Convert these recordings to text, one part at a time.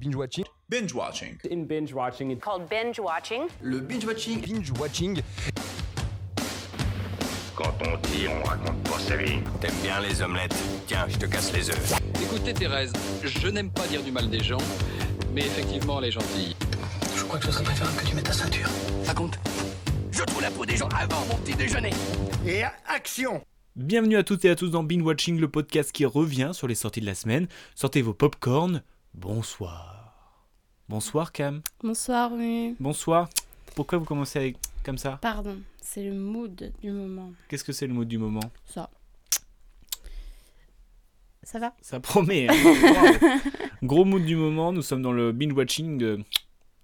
Binge watching. Binge watching. In binge watching, it's called binge watching. Le binge watching. Binge watching. Quand on dit, on raconte pas sa vie. T'aimes bien les omelettes Tiens, je te casse les œufs. Écoutez Thérèse, je n'aime pas dire du mal des gens, mais effectivement elle est gentille. Je crois que ce serait préférable que tu mettes ta ceinture. Raconte. Je trouve la peau des gens avant mon petit déjeuner. Et action Bienvenue à toutes et à tous dans Binge Watching, le podcast qui revient sur les sorties de la semaine. Sortez vos popcorn. Bonsoir. Bonsoir Cam. Bonsoir, oui. Bonsoir. Pourquoi vous commencez avec... comme ça Pardon, c'est le mood du moment. Qu'est-ce que c'est le mot du moment Ça. Ça va Ça promet. hein. Wow. Gros mood du moment, nous sommes dans le binge watching euh,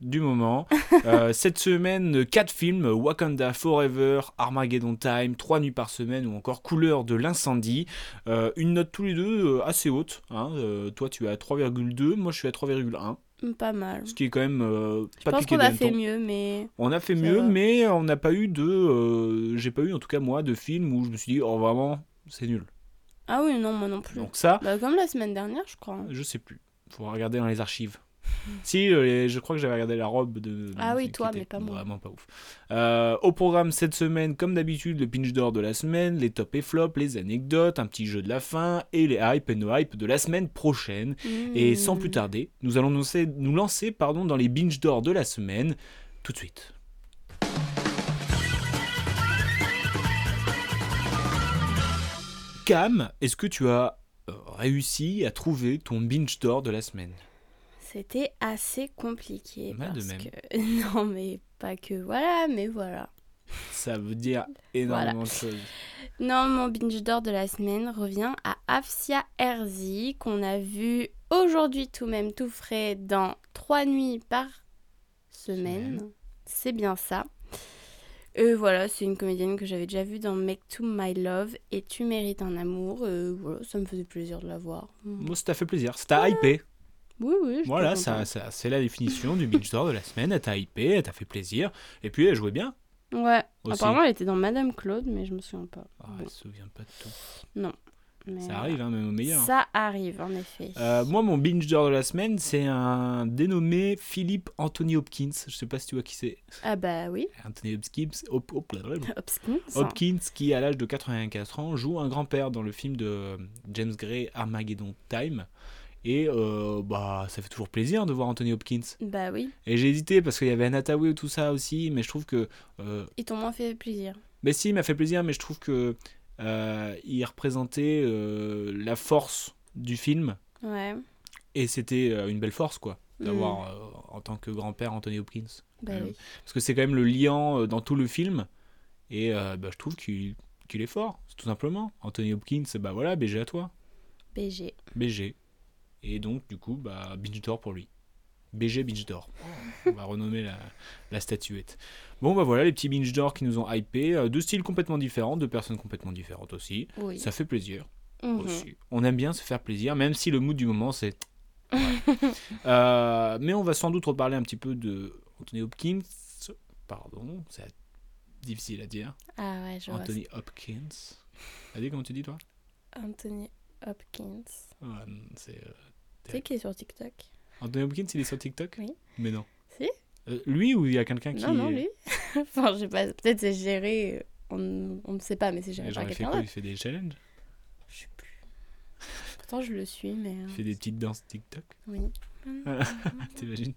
du moment. Euh, cette semaine, euh, quatre films Wakanda Forever, Armageddon Time, trois nuits par semaine ou encore Couleur de l'incendie. Euh, une note tous les deux euh, assez haute. hein. Euh, toi, tu es à 3,2, moi je suis à 3,1. Mm, Pas mal. Ce qui est quand même euh, Je pas pense piqué qu'on des a hannetons. fait mieux, mais On a fait Ça mieux, va. mais on n'a pas eu de. euh, J'ai pas eu, en tout cas, moi, de film où je me suis dit, oh vraiment, c'est nul. ah oui, non, moi non plus. Donc ça, Bah, comme la semaine dernière, je crois. je sais plus. Faudra regarder dans les archives. si, euh, les- je crois que j'avais regardé la robe de. Ah oui, qui toi, était mais pas moi. Vraiment pas ouf. Euh, au programme cette semaine, comme d'habitude, le pinch d'or de la semaine, les top et flop, les anecdotes, un petit jeu de la fin et les hype et no hype de la semaine prochaine. Hmm. Et sans plus tarder, nous allons nous lancer, nous lancer, pardon, dans les binge d'or de la semaine tout de suite. Cam, est-ce que tu as euh, réussi à trouver ton binge d'or de la semaine C'était assez compliqué. Bah, de parce même. que- non, mais pas que voilà, mais voilà. Ça veut dire énormément Voilà. de choses. Non, mon binge d'or de la semaine revient à Afsia Herzi, qu'on a vu aujourd'hui tout même tout frais dans 3 nuits par semaine. C'est bien ça. Euh, voilà, c'est une comédienne que j'avais déjà vue dans Make to My Love et Tu mérites un amour. Euh, voilà, ça me faisait plaisir de la voir. Moi, ça t'a fait plaisir, ça t'a hypé. Oui, oui. je Voilà, suis ça, contente. ça- c'est la définition du binge d'or de la semaine. Elle t'a hypé, elle t'a fait plaisir. Et puis, elle jouait bien. Ouais. Aussi. Apparemment, elle était dans Madame Claude, mais je me souviens pas. Ah, elle se souvient pas de tout. Mais Ça voilà. arrive, hein, même au meilleur. Ça arrive, en effet. Euh, moi, mon binge d'or de la semaine, c'est un dénommé Philippe Anthony Hopkins. Je sais pas si tu vois qui c'est. Ah bah oui, Anthony Hopkins, hop- hop- Hopkins. Hopkins, qui à l'âge de 84 ans joue un grand-père dans le film de euh, James Gray Armageddon Time. Et euh, bah, ça fait toujours plaisir de voir Anthony Hopkins. Bah oui, Et j'ai hésité parce qu'il y avait Anna Tawai ou tout ça aussi, mais je trouve que. euh, ils t'ont moins fait plaisir. mais si, il m'a fait plaisir, mais je trouve que euh, il représentait euh, la force du film. Ouais. Et c'était euh, une belle force, quoi, Mm. d'avoir euh, en tant que grand-père Anthony Hopkins. Bah Euh, oui. Parce que c'est quand même le liant euh, dans tout le film. Et euh, bah, je trouve qu'il qu'il est fort, tout simplement. Anthony Hopkins, bah voilà, BG à toi. BG. BG. Et donc, du coup, bah, Binge d'or pour lui. BG Binge d'or. On va renommer la, la statuette. Bon, bah voilà, les petits Binge d'or qui nous ont hypés. euh, de styles complètement différents, de personnes complètement différentes aussi. Oui. Ça fait plaisir. Mhm. aussi. On aime bien se faire plaisir, même si le mood du moment c'est. Ouais. Euh, mais on va sans doute reparler un petit peu de Anthony Hopkins. Pardon, c'est difficile à dire. Ah ouais, je Anthony Hopkins. Allez, comment tu dis toi vois. Anthony Hopkins. Ouais, c'est, euh, Tu sais qui est sur TikTok Anthony Hopkins, il est sur TikTok Oui. Mais non. Si. Euh, lui ou il y a quelqu'un qui. Non, non, lui. enfin, je sais pas, peut-être c'est géré. On, on ne sait pas, mais c'est Mais géré genre, par il fait quelqu'un quoi d'autre. Il fait des challenges Je sais plus. Pourtant, je le suis, mais. euh, Il fait des petites danses TikTok Oui. T'imagines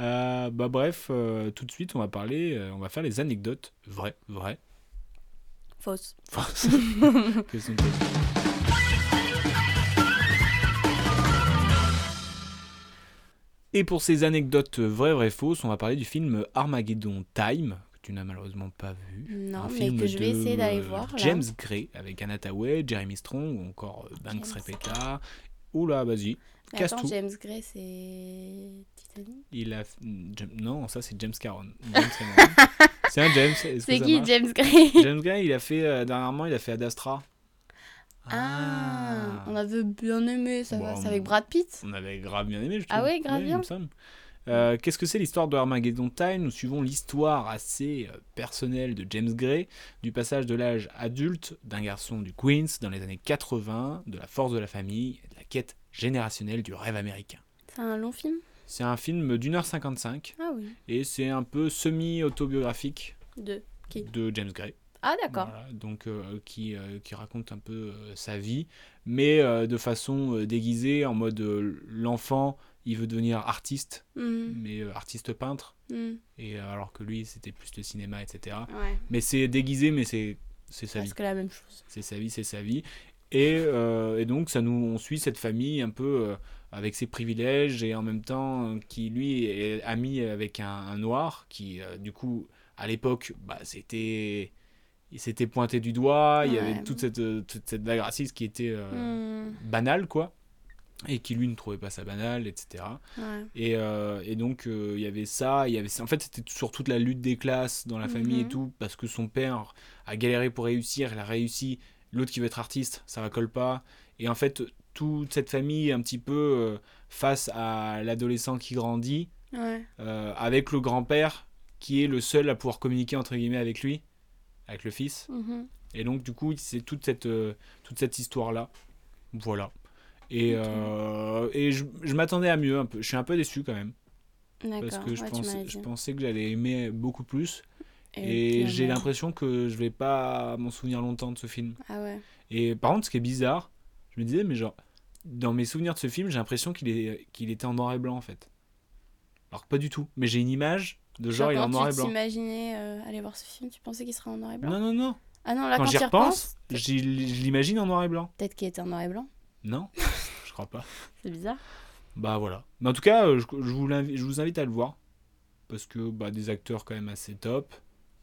Euh, Bah bref, euh, tout de suite, on va parler, euh, on va faire les anecdotes vraies, vraies. Fausse. Force. Que sont-elles Et pour ces anecdotes vraies, vraies, fausses, on va parler du film Armageddon Time, que tu n'as malheureusement pas vu. Non, Un mais film que je vais de, essayer d'aller euh, voir, là. James Gray, avec Anna Tawai, Jeremy Strong ou encore euh, Banks James Repeta. Oula, vas-y. Mais Casse attends, tout. James Gray, c'est. Titanic Il a. Jam- Non, ça c'est James Caron. James Cameron. c'est un James. est-ce que C'est ça qui marche James Gray James Gray, il a fait. euh, dernièrement, il a fait Ad Astra. Ah, On avait bien aimé, ça va. Bon, C'est avec Brad Pitt On avait grave bien aimé, je trouve. Ah ouais, grave il bien. me semble. Euh, Qu'est-ce que c'est l'histoire de Armageddon Time Nous suivons l'histoire assez euh, personnelle de James Gray, du passage de l'âge adulte d'un garçon du Queens dans les années 80, de la force de la famille et de la quête générationnelle du rêve américain. C'est un long film C'est un film d'une heure 55 Ah oui. et c'est un peu semi-autobiographique Deux. Qui de James Gray. Ah d'accord. Voilà, donc euh, qui, euh, qui raconte un peu euh, sa vie, mais euh, de façon euh, déguisée, en mode euh, l'enfant, il veut devenir artiste, Hmm, mais euh, artiste peintre, hmm, et euh, alors que lui, c'était plus le cinéma, etc. Ouais. Mais c'est déguisé, mais c'est c'est sa vie. Presque la même chose. C'est sa vie, c'est sa vie. Et, euh, et donc, ça nous, on suit cette famille un peu euh, avec ses privilèges et en même temps euh, qui, lui, est ami avec un, un noir qui, euh, du coup, à l'époque, bah, c'était. Il s'était pointé du doigt, il y Ouais. Mm. avait toute cette, euh, toute cette vague raciste qui était euh, Mmh. banale, quoi, et qui lui ne trouvait pas ça banal, etc. Hmm, ouais. Et, euh, et donc, euh, il y avait ça. Il y avait... En fait, c'était sur toute la lutte des classes dans la famille et Mhm. tout, parce que son père a galéré pour réussir, il a réussi. L'autre qui veut être artiste, ça ne colle pas. Et en fait, toute cette famille, un petit peu euh, face à l'adolescent qui grandit, Ouais. euh, avec le grand-père qui est le seul à pouvoir communiquer, entre guillemets, avec lui, avec le fils. Mhm. Et donc, du coup, c'est toute cette, euh, toute cette histoire-là. Voilà. Et, Ok. euh, et je, je m'attendais à mieux un peu. Je suis un peu déçu quand même. D'accord. Parce que je, ouais, tu m'avais pensais, dit. je pensais que j'allais aimer beaucoup plus. Et Et, puis, j'ai euh, l'impression que je vais pas m'en souvenir longtemps de ce film. Ah ouais. Et par contre, ce qui est bizarre, je me disais, mais genre, dans mes souvenirs de ce film, j'ai l'impression qu'il est- qu'il était en noir et blanc en fait. Alors que pas du tout. Mais j'ai une image de genre, il est en noir et Tu blanc. t'imaginais euh, aller voir ce film, tu pensais qu'il serait en noir et blanc Non, non, non. Ah non, là, quand quand, j'y tu y repense, repenses, j'y- je l'imagine en noir et blanc. peut-être qu'il était en noir et blanc. Non, je crois pas. C'est bizarre. Bah voilà. Mais en tout cas, euh, je, je vous, l'invi- je vous invite à le voir. Parce que bah, des acteurs quand même assez top.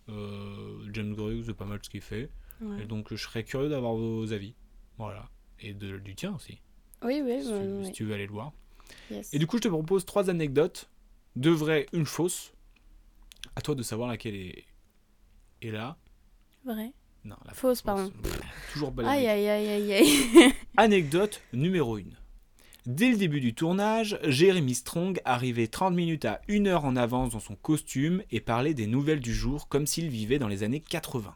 Euh, James Gray, c'est pas mal ce qu'il fait. Ouais. Et donc je serais curieux d'avoir vos avis. Voilà. Et de, du tien aussi, Oui, oui, si, oui. tu, oui, si tu veux aller le voir. yes. Et du coup, je te propose trois anecdotes. Deux vraies, une fausse. À toi de savoir laquelle est, est là. Vrai. Non, la Fausse, pardon. Pff, toujours bah, pas la Aïe, même. aïe, aïe, aïe, aïe. Anecdote numéro 1. Dès le début du tournage, Jeremy Strong arrivait 30 minutes à 1 heure en avance dans son costume et parlait des nouvelles du jour comme s'il vivait dans les années 80.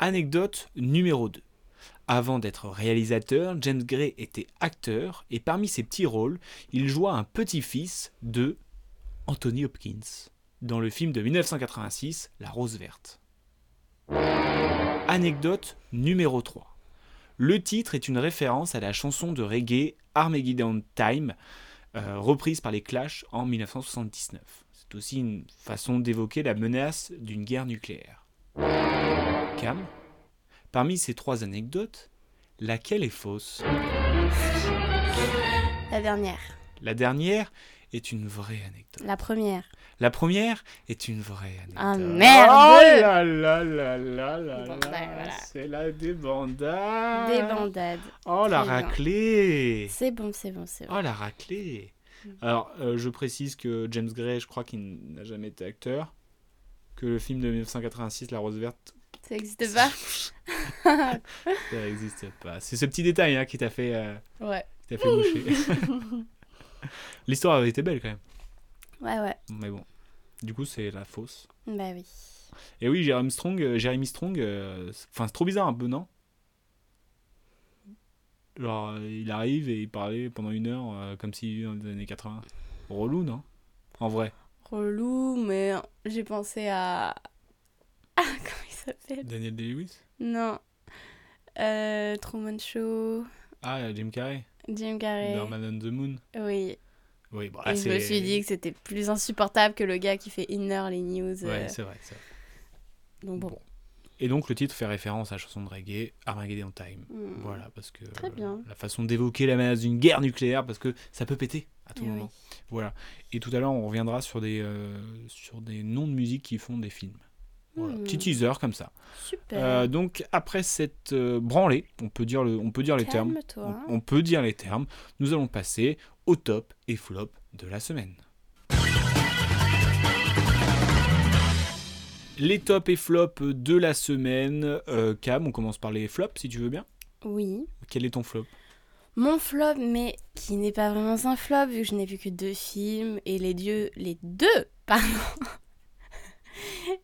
Anecdote numéro 2. Avant d'être réalisateur, James Gray était acteur et parmi ses petits rôles, il joua un petit-fils de Anthony Hopkins dans le film de 1986, La Rose Verte. Anecdote numéro 3. Le titre est une référence à la chanson de reggae Armageddon Time, euh, reprise par les Clash en 1979. C'est aussi une façon d'évoquer la menace d'une guerre nucléaire. Cam, parmi ces trois anecdotes, laquelle est fausse La dernière. La dernière est une vraie anecdote. La première. La première est une vraie anecdote. Ah, merde Oh là là là là là Bon, là, ouais, voilà. C'est la débandade Des bandades. Oh la Très bien. Mm. raclée C'est bon, c'est bon, c'est bon. Oh la raclée Alors, euh, je précise que James Gray, je crois qu'il n'a jamais été acteur. Que le film de 1986, La Rose Verte, Ça existe pas ça n'existe pas. C'est ce petit détail hein, qui t'a fait, euh, Ouais. qui t'a fait boucher. L'histoire avait été belle quand même. Ouais, ouais. Mais bon, du coup, c'est la fausse. Bah oui. Et oui, Jeremy Strong, euh, Jeremy Strong, euh, c'est- enfin, c'est trop bizarre un peu, non Genre, euh, il arrive et il parlait pendant une heure euh, comme s'il vivait dans les années 80. Relou, non En vrai. Relou, mais j'ai pensé à. Ah, comment il s'appelle Daniel Day-Lewis Non. Euh, Truman Show, Ah, Jim Carrey Jim Carrey. dans Man on the Moon Oui. Oui, bah, bon, Et je me suis dit que c'était plus insupportable que le gars qui fait in heure les news. euh, Ouais, c'est vrai, c'est vrai. Donc bon. Et donc, le titre fait référence à la chanson de reggae, Armageddon Time. Hmm. Voilà, parce que Très euh, bien. la façon d'évoquer la menace d'une guerre nucléaire, parce que ça peut péter à tout Eh oui. moment. Voilà. Et tout à l'heure, on reviendra sur des, euh, sur des noms de musique qui font des films. Voilà. Hmm. Petit teaser comme ça. Super. Euh, donc après cette euh, branlée, on peut dire, le, on peut dire les termes. Calme-toi. On, on peut dire les termes. Nous allons passer au top et flop de la semaine. Les tops et flops de la semaine. Euh, Cam, on commence par les flops si tu veux bien. Oui. Quel est ton flop Mon flop, mais qui n'est pas vraiment un flop vu que je n'ai vu que deux films et les dieux, les deux, pardon,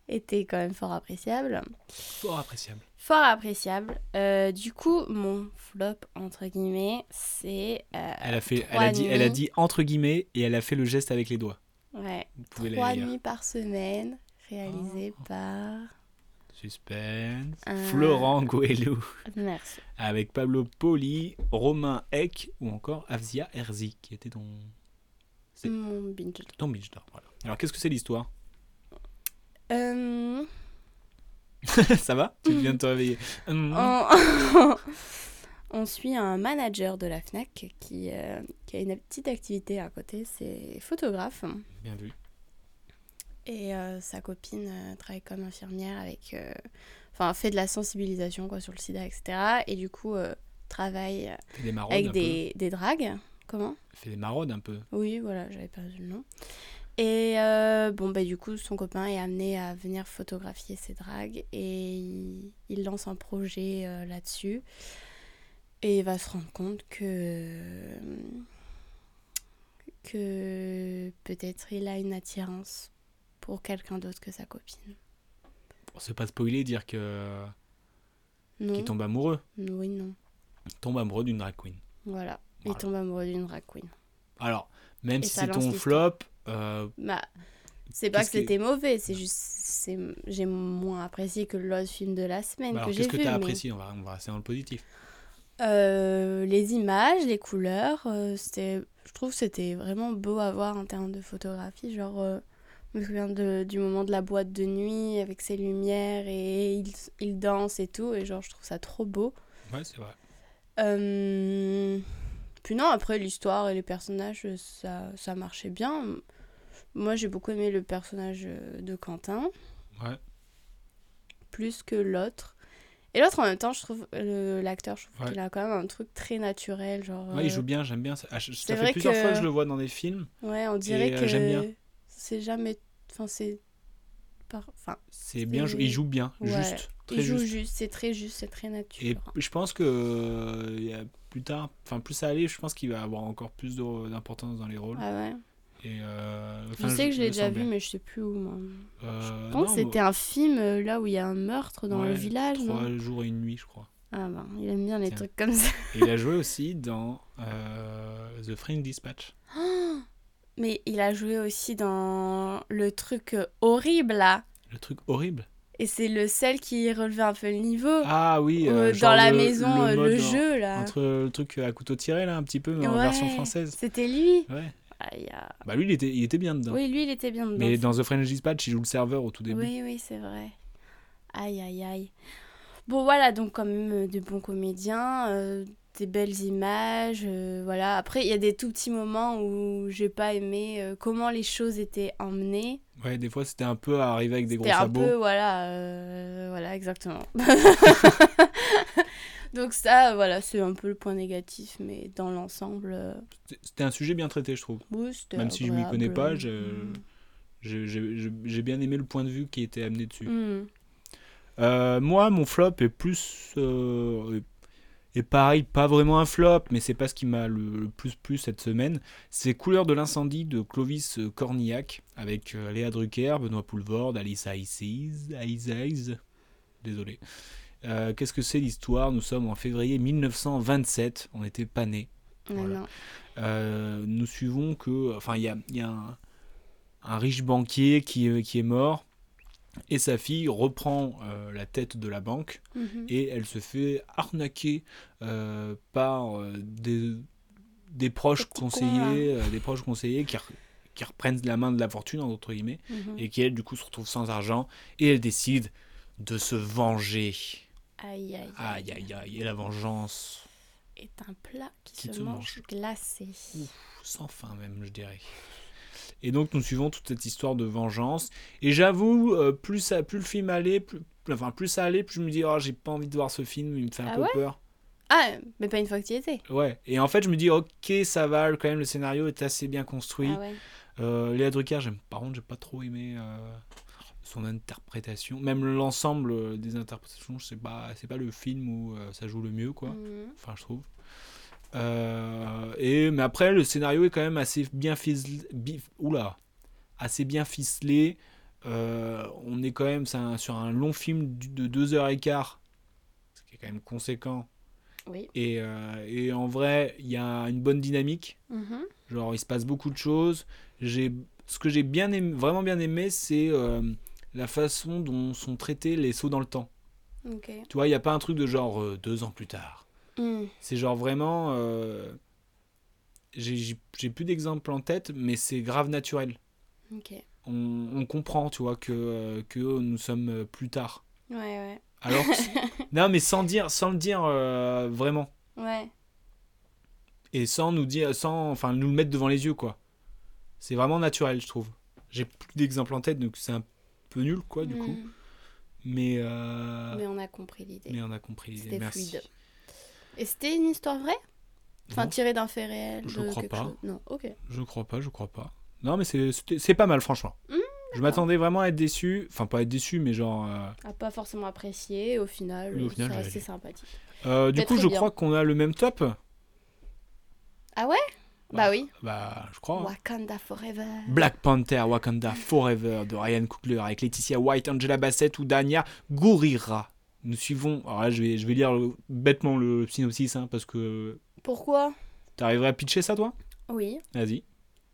était quand même fort appréciable. Fort appréciable. Fort appréciable. Euh, du coup, mon flop, entre guillemets, c'est... euh, Elle a, fait, elle, a dit, elle a dit entre guillemets et elle a fait le geste avec les doigts. ouais, Vous pouvez la trois lire. Oh. nuits par semaine, réalisé par... Suspense. Euh. Florent Goélou. Merci. Avec Pablo Poli, Romain Eck ou encore Avzia Herzi qui était dans, C'est- Mon binge. dans Beach Door, voilà. Alors qu'est-ce que c'est l'histoire Mmh. Euh, Ça va Tu viens de te réveiller. Hum. Oh. on... Euh, on suit un manager de la FNAC qui, euh, qui a une petite activité à côté, c'est photographe. Bien vu. Et euh, sa copine euh, travaille comme infirmière avec... euh, Enfin, fait de la sensibilisation quoi, sur le sida, etc. Et du coup, euh, travaille Fais des maraudes avec un des, des dragues. Comment peu. Fais des maraudes un peu. Oui, voilà, j'avais perdu le nom. Et euh, bon, bah, du coup, son copain est amené à venir photographier ses dragues et il, il lance un projet euh, là-dessus. Et il va se rendre compte que. que peut-être il a une attirance pour quelqu'un d'autre que sa copine. Bon, c'est pas spoiler dire que Non. Mm. qu'il tombe amoureux. Oui, non. Il tombe amoureux d'une drag queen. Voilà. Il Voilà. tombe amoureux d'une drag queen. Alors, même Et si ça c'est lance ton l'histoire. flop, euh, Bah, c'est pas que Qu'est-ce qui- c'était mauvais, c'est juste c'est j'ai moins apprécié que l'autre film de la semaine bah alors, que j'ai qu'est-ce que vu. t'as mais, apprécié on va, on va rester dans le positif. euh, les images, les couleurs, euh, c'était je trouve que c'était vraiment beau à voir en termes de photographie, genre euh, je me souviens de- du moment de la boîte de nuit avec ses lumières et il, il danse et tout et genre je trouve ça trop beau. Ouais, c'est vrai. Euh, Puis non, après l'histoire et les personnages, ça, ça marchait bien. Moi, j'ai beaucoup aimé le personnage euh, de Quentin. Ouais. Plus que l'autre. Et l'autre, en même temps, je trouve, euh, l'acteur, je trouve Ouais. qu'il a quand même un truc très naturel. Genre, Ouais, il euh, joue bien, j'aime bien. ça. Ah, je- c'est ça fait vrai plusieurs que- fois que je le vois dans des films. ouais, on dirait Et, euh, que j'aime bien. c'est jamais. Enfin, c'est. par- Enfin, C'est bien, jou- Et- il joue bien, Ouais. juste, il très joue juste. juste, c'est très juste, c'est très Et naturel. je pense que euh, il y a plus tard, enfin plus ça allait, je pense qu'il va avoir encore plus de- d'importance dans les rôles. Ah ouais. Et, euh, Je enfin, sais que je l'ai le déjà sens vu, bien. mais je sais plus où. Moi. Euh, Je pense non, que c'était un film euh, là où il y a un meurtre dans le ouais, village. non Trois jours et une nuit, je crois. Ah ben, il aime bien les Tiens. trucs comme ça. Et il a joué aussi dans euh, The French Dispatch. Mais il a joué aussi dans le truc euh, horrible là. Le truc horrible. Et c'est le seul qui relevait un peu le niveau. Ah oui, Ou, euh, euh, genre dans la le- maison, euh, le, mode en- jeu là. Entre le truc à couteau tiré, là, un petit peu, mais en Ouais, version française. C'était lui. Ouais. Aïe, ah. Bah lui, il était, il était bien dedans. Oui, lui il était bien dedans. mais dans The French Dispatch, il joue le serveur au tout début. Oui, oui, c'est vrai. Aïe, aïe, aïe. Bon, voilà, donc quand même euh, de bons comédiens, euh, des belles images, euh, voilà. Après, il y a des tout petits moments où j'ai pas aimé euh, comment les choses étaient emmenées. Ouais, des fois, c'était un peu à arriver avec des gros C'était un sabots. peu, voilà, euh, voilà, exactement. donc ça, voilà, c'est un peu le point négatif, mais dans l'ensemble, euh, C'était- C'était un sujet bien traité, je trouve. oui, c'était Même si je m'y connais pas, agréable. je- J'ai j'ai- j'ai- j'ai bien aimé le point de vue qui était amené dessus. Mm. Euh, moi, mon flop est plus. euh, et pareil, pas vraiment un flop, mais c'est pas ce qui m'a le, le plus plu cette semaine. C'est Couleurs de l'incendie de Clovis euh, Cornillac avec euh, Léa Drucker, Benoît Poulvord, Alice Aïsiz. Aïsiz. Désolé. Euh, Qu'est-ce que c'est l'histoire Nous sommes en février 1927. On n'était pas nés. Ah Voilà. non. Euh, nous suivons que. Enfin, il y a, il y a un, un riche banquier qui, est- qui est mort. Et sa fille reprend euh, la tête de la banque. Mhm. Et elle se fait arnaquer euh, par euh, des, des proches petits cons, conseillers. euh, des proches conseillers qui, re- qui reprennent la main de la fortune, entre guillemets. Mhm. Et qui, elle, du coup, se retrouve sans argent. Et elle décide de se venger. Aïe, aïe, Aïe, aïe, aïe. Et la vengeance. est un plat qui, Qui se, se mange, mange. glacé. sans fin même, je dirais. Et donc nous suivons toute cette histoire de vengeance. Et j'avoue, euh, plus, ça, plus le film allait, plus, enfin plus ça allait, plus je me dis, oh, j'ai pas envie de voir ce film, il me fait un Ah peu ouais peur. Ah, mais pas une fois que tu y étais. Ouais. Et en fait, je me dis, ok, ça va, quand même, le scénario est assez bien construit. Ah ouais. Euh, Léa Drucker, j'aime, par contre, j'ai pas trop aimé euh, son interprétation. Même l'ensemble euh, des interprétations, c'est pas, c'est pas le film où euh, ça joue le mieux, quoi Mhm. enfin je trouve. Euh, et mais après le scénario est quand même assez bien ficelé, bi- oula, assez bien ficelé. euh, on est quand même sur un- sur un long film du- de 2h15, ce qui est quand même conséquent. Oui. Et, euh, et en vrai, il y a une bonne dynamique. Mhm. Genre, il se passe beaucoup de choses. J'ai ce que j'ai bien aimé- vraiment bien aimé, c'est euh, la façon dont sont traités les sauts dans le temps. Ok. Tu vois, il n'y a pas un truc de genre euh, deux ans plus tard. Hmm. C'est genre vraiment. euh, j'ai- J'ai j'ai plus d'exemple en tête, mais c'est grave naturel. Ok. Ouais, On, on comprend, tu vois, que, euh, que nous sommes euh, plus tard. ouais. Alors que- non, mais sans, dire, sans le dire euh, vraiment. Ouais. et sans nous dire sans enfin nous le mettre devant les yeux quoi c'est vraiment naturel je trouve j'ai plus d'exemples en tête donc c'est un peu nul quoi du coup Hmm. mais euh, Mais on a compris l'idée. mais on a compris l'idée C'était merci fluide. Et c'était une histoire vraie Enfin, Non. tirée d'un fait réel Je de crois quelque pas. chose Non, ok. je crois pas je crois pas non mais c'est c'était- c'est pas mal franchement Hmm, je m'attendais vraiment à être déçu enfin pas à être déçu mais genre euh, À pas forcément apprécié, et au final, Oui, au euh, final, ça j'avais restait dit. sympathique. euh, du Mais coup très je bien. crois qu'on a le même top Ah ouais Bah oui. bah Mm. je crois hein. Wakanda Forever. Black Panther Wakanda Forever de Ryan Coogler avec Laetitia White, Angela Bassett ou Dania Gurira. Nous suivons. Alors là, je vais, je vais lire le- bêtement le synopsis hein, parce que Pourquoi t'arriverais à pitcher ça, toi Oui, Vas-y.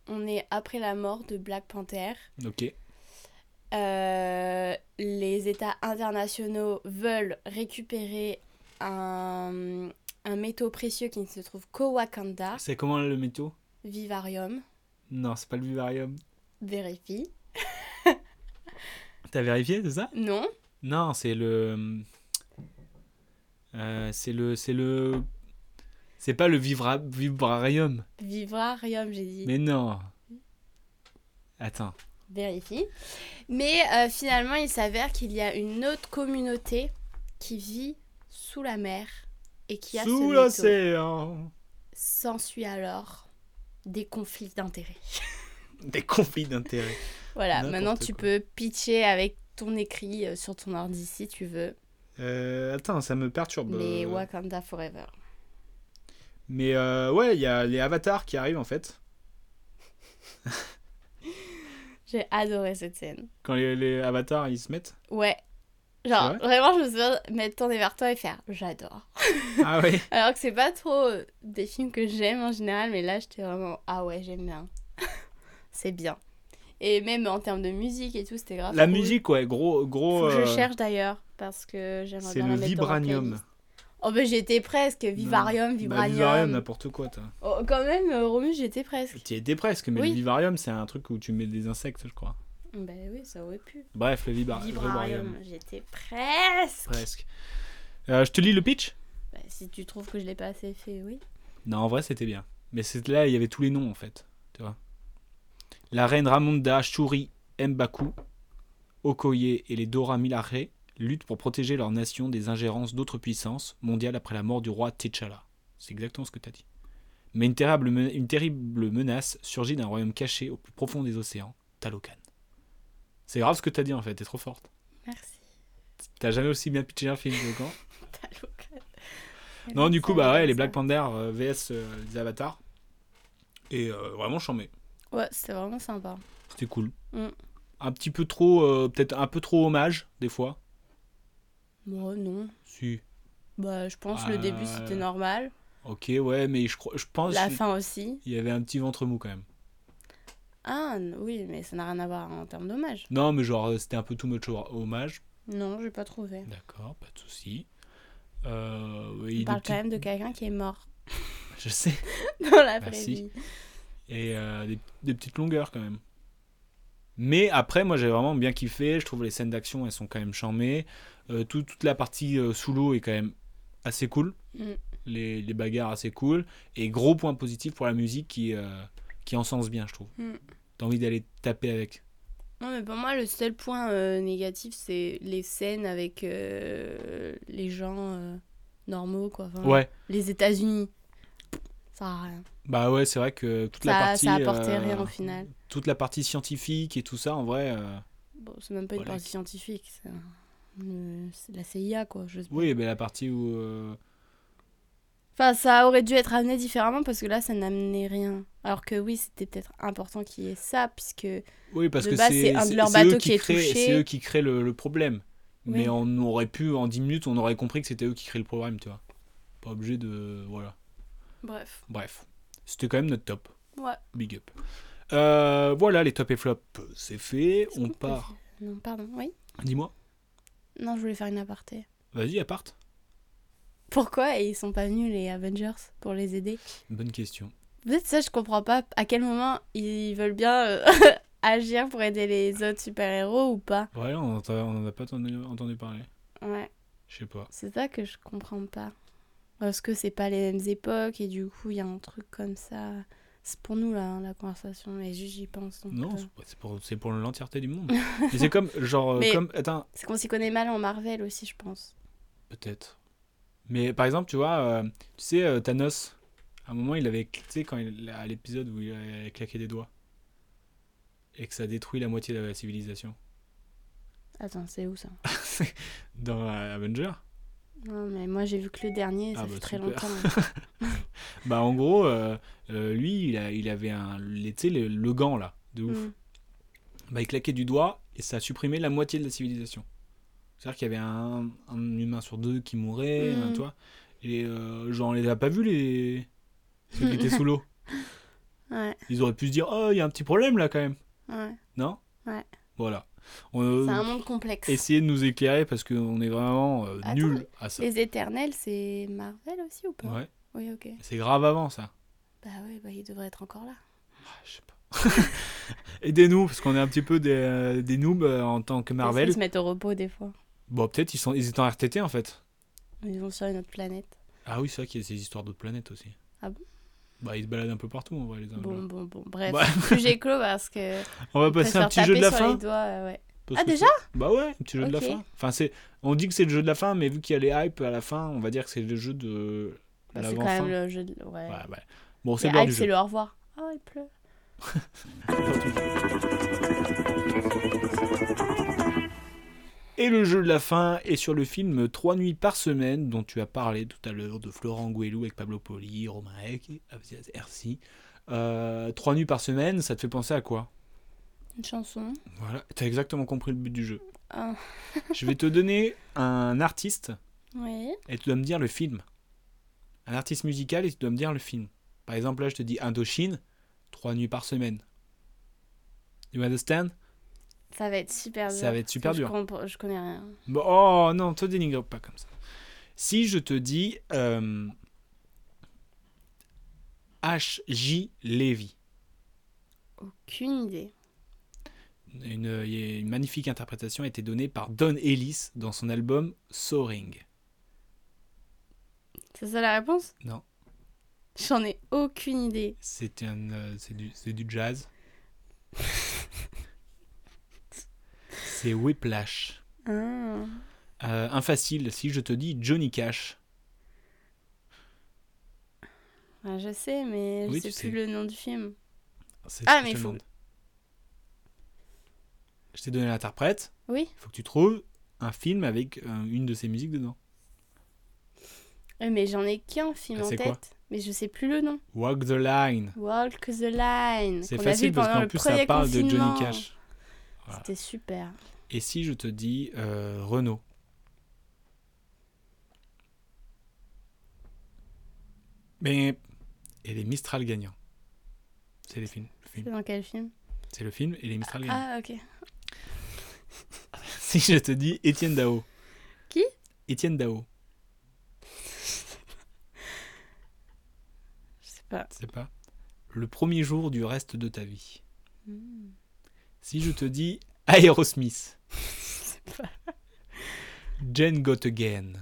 on est après la mort de Black Panther. Ok. Euh, les États internationaux veulent récupérer un, un métaux précieux qui ne se trouve qu'au Wakanda, C'est comment le métaux Vivarium. Non, c'est pas le vivarium. Vérifie. T'as vérifié, c'est ça Non Non, c'est le. euh, c'est le. C'est le. C'est pas le vivra... vibrarium. Vivarium, j'ai dit. Mais non. Attends. Vérifie. Mais euh, finalement, il s'avère qu'il y a une autre communauté qui vit sous la mer et qui a Sous ce métaux. l'océan. S'ensuit alors des conflits d'intérêts. Des conflits d'intérêt. Voilà, N'importe maintenant tu quoi. peux pitcher avec ton écrit euh, sur ton ordi si tu veux. Euh, attends, ça me perturbe. Les Euh, Wakanda Forever. Mais euh, ouais, il y a les avatars qui arrivent en fait. J'ai adoré cette scène. Quand les, les avatars ils se mettent. Ouais. Genre, C'est vraiment, je me souviens m'être tournée vers toi et faire j'adore. Ah ouais. Alors que c'est pas trop euh, des films que j'aime en général, mais là j'étais vraiment ah ouais, j'aime bien. c'est bien. Et même en termes de musique et tout, c'était grave. La cool. musique, ouais, gros. Faut gros que je euh, cherche d'ailleurs parce que j'aimerais C'est bien le la mettre dans ma vibranium. playlist. Oh bah j'étais presque, vivarium, Bah, vibranium. vivarium, n'importe quoi. t'as. Oh, quand même, euh, Romu, j'étais presque. Tu y étais presque, mais Oui. le vivarium c'est un truc où tu mets des insectes, je crois. Ben oui, ça aurait pu. Bref, le vibra- Vibrarium, j'étais presque. Bah, Presque. Euh, je te lis le pitch Bah, si tu trouves que je l'ai pas assez fait, oui. Non, en vrai, c'était bien. Mais c'est là, il y avait tous les noms, en fait. Tu vois La reine Ramonda Shuri Mbaku, Okoye et les Dora Milaje luttent pour protéger leur nation des ingérences d'autres puissances mondiales après la mort du roi T'Challa. C'est exactement ce que tu as dit. Mais une terrible, me- une terrible menace surgit d'un royaume caché au plus profond des océans, Talokan. C'est grave ce que tu as dit, en fait. T'es trop forte. Merci. T'as jamais aussi bien pitché un film, je crois. T'as l'occasion. Non, du coup, Ça, bah ouais, ça. les Black Panther euh, VS euh, les avatars. Et euh, vraiment chambé. Ouais, c'était vraiment sympa. C'était cool. Mm. Un petit peu trop, euh, peut-être un peu trop hommage, des fois. Moi, non. Si. Bah, je pense que le Ah, début, c'était ouais. normal. Ok, ouais, mais je, crois, je pense La qu'il fin aussi. y avait un petit ventre mou quand même. Ah, n- oui, mais ça n'a rien à voir en termes d'hommage. Non, mais genre, euh, c'était un peu too much hommage. Non, j'ai pas trouvé. D'accord, pas de souci. Euh, oui, On des parle petits- quand même de quelqu'un qui est mort Je sais. dans la vraie Merci. vie. Et euh, des, des petites longueurs quand même. Mais après, moi j'ai vraiment bien kiffé. Je trouve les scènes d'action, elles sont quand même charmées. toute la partie euh, sous l'eau est quand même assez cool. Mm. Les, les bagarres assez cool. Et gros point positif pour la musique qui, euh, qui encense bien, je trouve. Mm. T'as envie d'aller taper avec. Non, mais pour moi, le seul point euh, négatif, c'est les scènes avec euh, les gens euh, normaux, quoi. Enfin, Ouais. Les États-Unis. Ça a rien. Bah ouais, c'est vrai que toute la Ça, partie. ça apportait euh, rien au final. Toute la partie scientifique et tout ça, en vrai. euh, Bon, c'est même pas une voilà. partie scientifique. C'est euh, c'est de la CIA, quoi. Je sais pas. Oui, mais la partie où. euh, Enfin, ça aurait dû être amené différemment parce que là, ça n'amenait rien. Alors que oui, c'était peut-être important qu'il y ait ça, puisque Oui, parce De que base, c'est c'est un de c'est- leurs c'est eux bateaux qui, qui est créent, touché. c'est eux qui créent le, le problème. Mais Oui. on aurait pu, en 10 minutes, on aurait compris que c'était eux qui créaient le problème, tu vois. Pas obligé de. Voilà. Bref, Bref. C'était quand même notre top. ouais. Big up. Euh, voilà, les top et flop, c'est fait. On qu'on peut part. Non, pardon, oui Dis-moi. Non, je voulais faire une aparté. Vas-y, à part. Pourquoi ils sont pas venus les Avengers pour les aider Bonne question. Peut-être ça, je comprends pas à quel moment ils veulent bien euh, agir pour aider les autres super-héros ou pas. Ouais, on n'en a pas entendu, entendu parler. Ouais, Je sais pas. c'est ça que je comprends pas. Parce que c'est pas les mêmes époques et du coup, il y a un truc comme ça. C'est pour nous là, hein, la conversation, mais juste j'y pense. donc, Non, euh, c'est pas- c'est pour, c'est pour l'entièreté du monde. Mais c'est comme, genre, euh, Mais- comme, attends, c'est qu'on s'y connaît mal en Marvel aussi, je pense. peut-être. Mais par exemple, tu vois, euh, tu sais, euh, Thanos, à un moment, il avait, tu sais, quand il, à l'épisode où il a claqué des doigts, et que ça détruit la moitié de la civilisation Attends, c'est où ça dans euh, Avenger, Non, mais moi j'ai vu que le dernier, ça Ah, fait bah, très super. longtemps. hein. bah en gros, euh, euh, lui, il, a, il avait un, les- tu sais, le, le gant là, de ouf. Mm. bah, il claquait du doigt et ça a supprimé la moitié de la civilisation. C'est-à-dire qu'il y avait un, un humain sur deux qui mourait, Mm. euh, tu vois. Et euh, genre, on les a pas vus, les... ceux qui étaient sous l'eau. Ouais, Ils auraient pu se dire, oh, il y a un petit problème là quand même. ouais. Non Ouais. Voilà. On, C'est un a monde complexe. essayez de nous éclairer parce qu'on est vraiment euh, Attends, nuls à ça. Les éternels, c'est Marvel aussi ou pas Ouais. Oui, ok. C'est grave avant ça. Bah oui, bah, il devrait être encore là. Ah, je sais pas. Aidez-nous parce qu'on est un petit peu des, euh, des noobs euh, en tant que Ils Marvel. se mettent au repos des fois. Bon, peut-être ils, sont- ils étaient en RTT en fait. Ils vont sur une autre planète. Ah oui, c'est vrai qu'il y a ces histoires d'autres planètes aussi. Ah bon Bah, ils se baladent un peu partout en vrai, les Bon, Avengers. bon, bon. Bref, Ouais. sujet clos parce que. On va on peut se passer un faire petit jeu de taper la sur fin. les doigts, euh, ouais. parce Ah, que déjà c'est- Bah ouais, un petit jeu de la Ok. fin. Enfin, c'est... on dit que c'est le jeu de la fin, mais vu qu'il y a les hypes à la fin, on va dire que c'est le jeu de Bah, c'est quand l'avant-fin. même le jeu de. Ouais. Ouais, ouais. Bon, c'est Les l'heure hype, du c'est jeu. le au revoir. Ah, il pleut. Et le jeu de la fin est sur le film Trois nuits par semaine, dont tu as parlé tout à l'heure, de Florent Guélou avec Pablo Poli, Romain Heck, Abdias Hersi. Euh, Trois nuits par semaine, ça te fait penser à quoi Une chanson. Voilà, t'as exactement compris le but du jeu. Ah. Je vais te donner un artiste Oui. et tu dois me dire le film. Un artiste musical et tu dois me dire le film. Par exemple, là, je te dis Indochine, trois nuits par semaine. You understand Ça va être super dur. Ça va être super Parce que dur. Je, comprends- je connais rien. Bon, Oh non, te dénigre pas comme ça. Si je te dis euh, H.J. Levy, Aucune idée. une, euh, une magnifique interprétation a été donnée par Don Ellis dans son album Soaring. C'est ça la réponse Non. J'en ai aucune idée. C'est un, euh, c'est du, c'est du jazz. c'est Whiplash. Ah. Euh, infacile, si je te dis Johnny Cash. Ah, je sais, mais je Oui, sais tu plus le nom du film. C'est Ah, que mais je te faut- demande. Je t'ai donné l'interprète. Oui. Il faut que tu trouves un film avec euh, une de ses musiques dedans. Euh, Mais j'en ai qu'un film Ah, en c'est tête. quoi mais je sais plus le nom. Walk the Line. Walk the line. C'est qu'on a facile vu parce pendant qu'en le plus ça premier parle de confinement. Johnny Cash. Voilà. C'était super. Et si je te dis euh, Renault Mais. Et les Mistral gagnants. C'est les films. le film. C'est dans quel film C'est le film et les Mistral gagnants. Ah, ok. Si je te dis Étienne Dao. Qui Étienne Dao. Je sais pas. C'est pas Le premier jour du reste de ta vie. Hmm. Si je te dis Aerosmith. sais pas. Jane Got Again.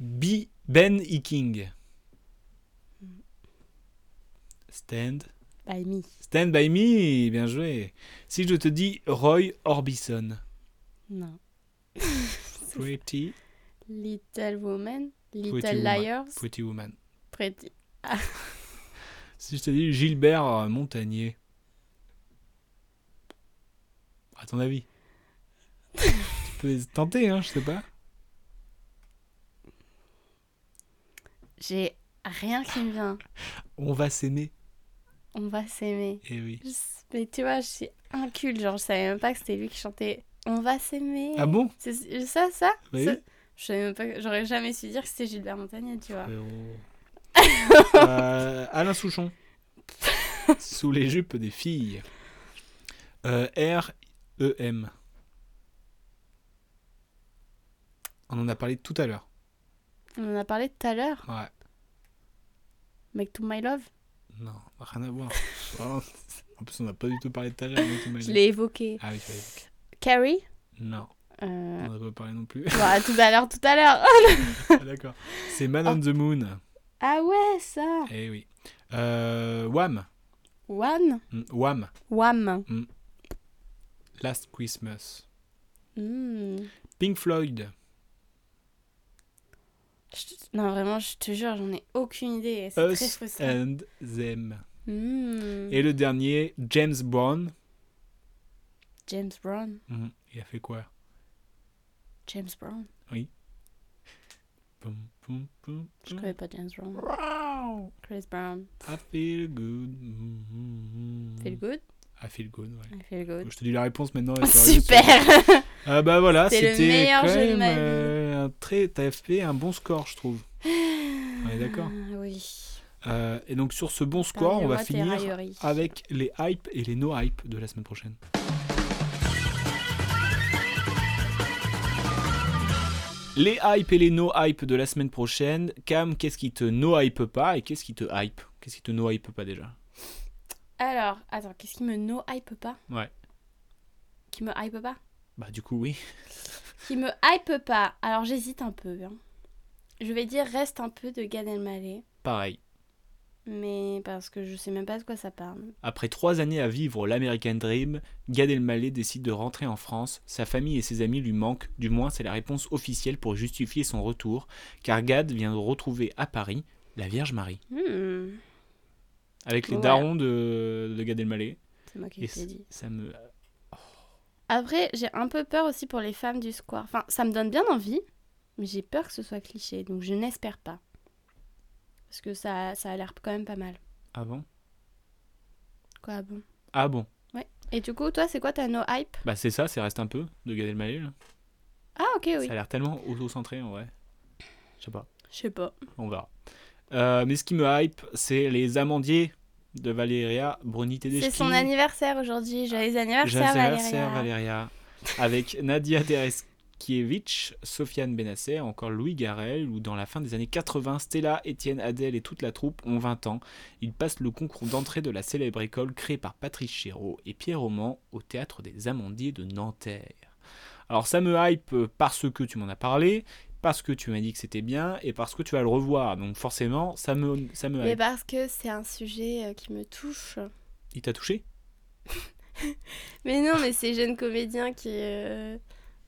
B- ben E. King. Stand. By me. Stand by me, bien joué. Si je te dis Roy Orbison. Non. Pretty, Little Woman. Little Pretty Woman. Liars. pretty woman. Pretty. Si je te dis Gilbert euh, Montagnier. À ton avis Tu peux tenter, hein, je sais pas. J'ai rien qui me vient. On va s'aimer. On va s'aimer. Eh oui. Je- Mais tu vois, je suis inculte, genre je savais même pas que c'était lui qui chantait On va s'aimer. Ah bon C'est- Ça, ça Bah ça- oui. Je savais même pas, j'aurais jamais su dire que c'était Gilbert Montagné, tu vois. Frérot. Euh, Alain Souchon. Sous les jupes des filles. Euh, E R-E-M. On en a parlé tout à l'heure. On en a parlé tout à l'heure, Ouais. Make to My Love. Non, rien à voir. Vraiment, c'est- en plus, on n'a pas du tout parlé tout à l'heure. mais t'imagines. Je l'ai évoqué. Ah oui, fallait- Carrie Non, Euh, on n'a pas parlé non plus. bah, tout à l'heure, tout à l'heure. Ah, D'accord. C'est Man Oh. on the Moon. Ah ouais, ça. Eh oui. Euh, Wham. One Mm, Wham. Wham. Last Christmas. Hmm. Pink Floyd. Je te- Non, vraiment, je te jure, j'en ai aucune idée. C'est très Us frustrant. and Them. Hmm. Et le dernier, James Brown. James Brown. Mm, Il a fait quoi James Brown. Pum, pum, pum, Je pum. connais pas James Brown. Wow, Chris Brown. I feel good. Mm, mm, mm. Feel good I feel good, ouais. I feel good. Oh, Je te dis la réponse maintenant. et tu auras juste- Super Ah bah voilà, C'est le c'était meilleur quand jeu de même ma vie. euh, un très... T'as fait un bon score, je trouve. On est d'accord Ah Oui. Euh, Et donc sur ce bon score, on va Parlez-moi tes finir railleries. avec les hypes et les no-hypes de la semaine prochaine. Les hypes et les no-hypes de la semaine prochaine. Cam, qu'est-ce qui te no-hype pas et qu'est-ce qui te hype Qu'est-ce qui te no-hype pas déjà Alors, attends, qu'est-ce qui me no-hype pas Ouais. Qui me hype pas Bah du coup, oui. Qui me hype pas Alors, j'hésite un peu. hein. Je vais dire reste un peu de Gad Elmaleh. Pareil. Mais parce que je sais même pas de quoi ça parle. Après trois années à vivre l'American Dream, Gad Elmaleh décide de rentrer en France. Sa famille et ses amis lui manquent, du moins c'est la réponse officielle pour justifier son retour, car Gad vient de retrouver à Paris la Vierge Marie, Hmm. avec les Ouais. darons de, de Gad Elmaleh. C'est moi qui Et l'ai c- dit. ça me... Après, j'ai un peu peur aussi pour les femmes du square. Enfin, ça me donne bien envie, mais j'ai peur que ce soit cliché, donc je n'espère pas. Parce que ça, ça a l'air quand même pas mal. Ah bon Quoi, bon Ah bon Et du coup, toi, c'est quoi ta no hype Bah c'est ça, c'est Reste un peu de Gad Elmaleh. là. Ah, ok, oui. Ça a l'air tellement auto-centré en vrai. Je sais pas, Je sais pas. on verra. Euh, mais ce qui me hype, c'est les amandiers de Valéria Bruni Tedeschi. C'est son anniversaire aujourd'hui. Joyeux anniversaire, anniversaire, Valéria. Valéria. Avec Nadia Tereskiewicz, Sofiane Benasser, encore Louis Garel, ou dans la fin des années 80, Stella, Étienne, Adèle et toute la troupe ont 20 ans. Ils passent le concours d'entrée de la célèbre école créée par Patrice Chéreau et Pierre Roman au Théâtre des Amandiers de Nanterre. Alors ça me hype parce que tu m'en as parlé, parce que tu m'as dit que c'était bien et parce que tu vas le revoir. Donc forcément, ça me, ça me Mais hype. parce que c'est un sujet euh, qui me touche. Il t'a touché Mais non, mais ces jeunes comédiens qui euh,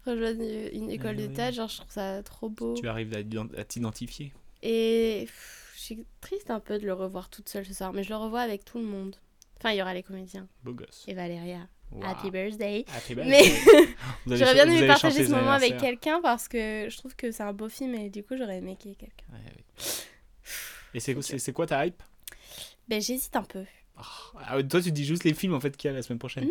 rejoignent euh, une école de oui. théâtre, genre, je trouve ça trop beau. Tu arrives à ident- à t'identifier Et pff, je suis triste un peu de le revoir toute seule ce soir, mais je le revois avec tout le monde. Enfin, il y aura les comédiens. Beau gosse. Et Valéria. Waouh. Happy birthday. Ah, très bien. Mais Vous allez j'aurais chan- bien vous aimé allez partager chanter ce les moment avec anniversaires. quelqu'un parce que je trouve que c'est un beau film et du coup, j'aurais aimé qu'il y ait quelqu'un. Ouais, oui. Et c'est, c'est, c'est quoi ta hype Ben, j'hésite un peu. Ah, Toi, tu dis juste les films en fait qu'il y a la semaine prochaine.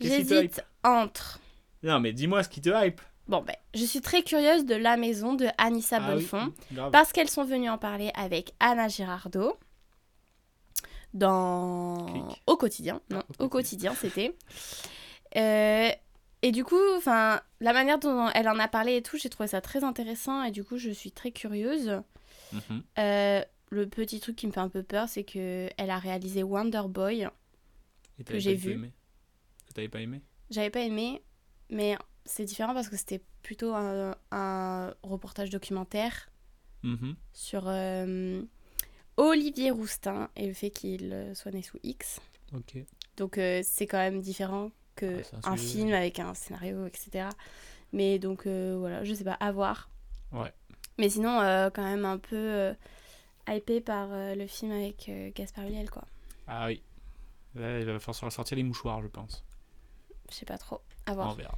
Qu'est-ce qui te J'hésite entre. Non, mais dis-moi ce qui te hype. Bon, ben, je suis très curieuse de La Maison de Anissa Ah oui, Bonfond grave. parce qu'elles sont venues en parler avec Anna Girardot dans Clique. Au quotidien. Non, Au Au quotidien, c'était. Euh, et du coup, enfin, la manière dont elle en a parlé et tout, j'ai trouvé ça très intéressant et du coup, je suis très curieuse. Mhm. Euh, le petit truc qui me fait un peu peur, c'est que elle a réalisé Wonder Boy. Et que t'avais j'ai pas du tout vu. aimé T'avais pas aimé J'avais pas aimé, mais c'est différent parce que c'était plutôt un, un reportage documentaire Mhm. sur euh, Olivier Roustin et le fait qu'il euh, soit né sous X. Ok. Donc euh, c'est quand même différent que Ah, c'est un un sujet. film avec un scénario, etc. Mais donc euh, voilà, je sais pas, à voir. Ouais. Mais sinon, euh, quand même un peu euh, hypé par euh, le film avec euh, Gaspard Ulliel, quoi. Ah oui. Là, il va falloir sortir les mouchoirs, je pense. Je sais pas trop, à On voir. verra.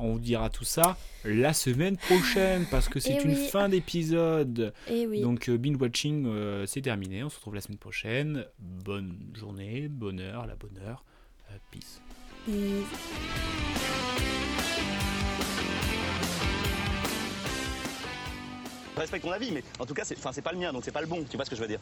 On vous dira tout ça la semaine prochaine parce que c'est Eh une oui. fin d'épisode. Et Eh oui. Donc, euh, binge watching, euh, c'est terminé. On se retrouve la semaine prochaine. Bonne journée, bonne heure, la bonne heure. Euh, peace. Bisous. Je respecte ton avis, mais en tout cas, c'est enfin, c'est pas le mien, donc c'est pas le bon. Tu vois ce que je veux dire